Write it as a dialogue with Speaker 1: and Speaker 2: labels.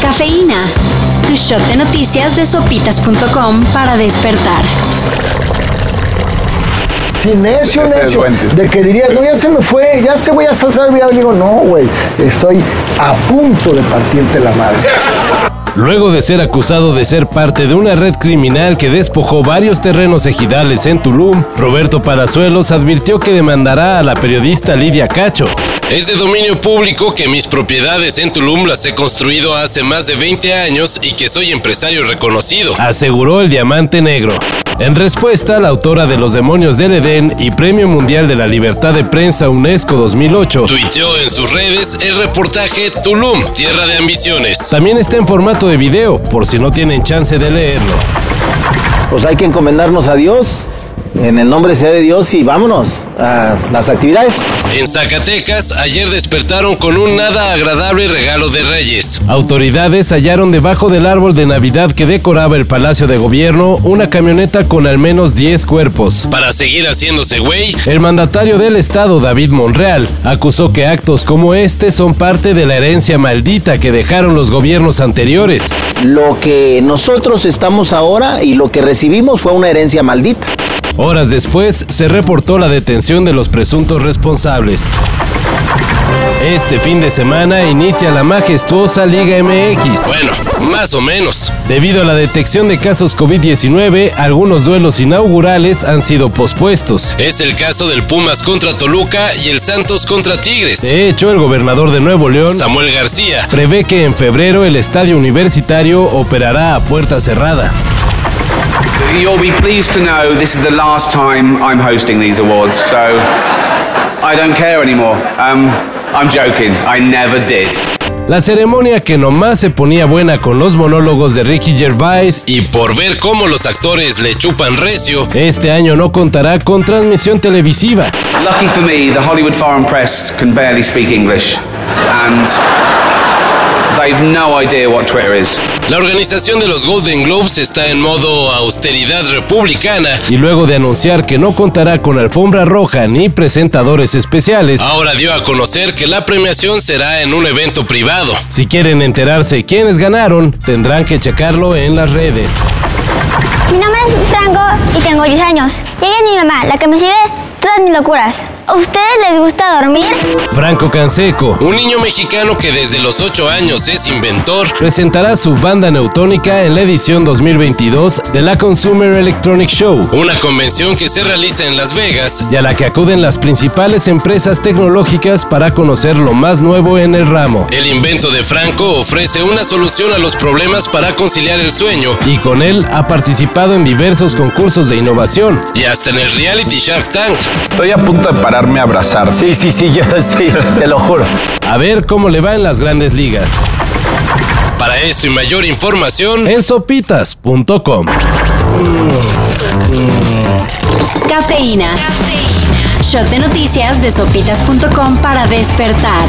Speaker 1: Cafeína. Tu shot de noticias de sopitas.com para despertar.
Speaker 2: Sí, necio,
Speaker 3: Ese es
Speaker 2: necio.
Speaker 3: buen tip.
Speaker 2: de que dirías, no, ya se me fue, ya te voy a salsar viable. Digo, no, güey, estoy a punto de partirte la madre.
Speaker 4: Luego de ser acusado de ser parte de una red criminal que despojó varios terrenos ejidales en Tulum, Roberto Parazuelos advirtió que demandará a la periodista Lidia Cacho. Es de dominio público que mis propiedades en Tulum las he construido hace más de 20 años y que soy empresario reconocido, aseguró el diamante negro. En respuesta, la autora de Los Demonios del Edén y Premio Mundial de la Libertad de Prensa UNESCO 2008, tuiteó en sus redes el reportaje Tulum, Tierra de Ambiciones. También está en formato de video, por si no tienen chance de leerlo.
Speaker 5: pues hay que encomendarnos a Dios, en el nombre sea de Dios y vámonos a las actividades.
Speaker 4: En Zacatecas, ayer despertaron con un nada agradable regalo de Reyes. Autoridades hallaron debajo del árbol de Navidad que decoraba el Palacio de Gobierno una camioneta con al menos 10 cuerpos. Para seguir haciéndose güey, el mandatario del Estado, David Monreal, acusó que actos como este son parte de la herencia maldita que dejaron los gobiernos anteriores.
Speaker 5: Lo que nosotros estamos ahora y lo que recibimos fue una herencia maldita.
Speaker 4: Horas después, se reportó la detención de los presuntos responsables. Este fin de semana inicia la majestuosa Liga MX. Bueno, más o menos. Debido a la detección de casos COVID-19, algunos duelos inaugurales han sido pospuestos. Es el caso del Pumas contra Toluca y el Santos contra Tigres. De hecho, el gobernador de Nuevo León, Samuel García, prevé que en febrero el estadio universitario operará a puerta cerrada.
Speaker 6: You'll be pleased to know this is the last time I'm hosting these awards, so I don't care anymore. Um, I'm joking, I never did.
Speaker 4: La ceremonia que nomás se ponía buena con los monólogos de Ricky Gervais y por ver cómo los actores le chupan recio, este año no contará con transmisión televisiva.
Speaker 6: Lucky for me, the Hollywood Foreign Press can barely speak English, and they've no idea what Twitter is.
Speaker 4: La organización de los Golden Globes está en modo austeridad republicana y luego de anunciar que no contará con alfombra roja ni presentadores especiales, ahora dio a conocer que la premiación será en un evento privado. Si quieren enterarse quiénes ganaron, tendrán que checarlo en las redes.
Speaker 7: Mi nombre es Franco y tengo 10 años. Y ella es mi mamá, la que me sirve todas mis locuras. ¿A ustedes les gusta dormir?
Speaker 4: Franco Canseco, un niño mexicano que desde los 8 años es inventor, presentará su banda neutónica en la edición 2022 de la Consumer Electronic Show, una convención que se realiza en Las Vegas y a la que acuden las principales empresas tecnológicas para conocer lo más nuevo en el ramo. El invento de Franco ofrece una solución a los problemas para conciliar el sueño y con él ha participado en diversos concursos de innovación y hasta en el reality Shark Tank.
Speaker 3: Estoy a punto de pararme a abrazar.
Speaker 5: Sí, sí, sí, yo sí, te lo juro.
Speaker 4: A ver cómo le va en las grandes ligas. Para esto y mayor información en sopitas.com.
Speaker 1: Cafeína. Shot de noticias de sopitas.com para despertar.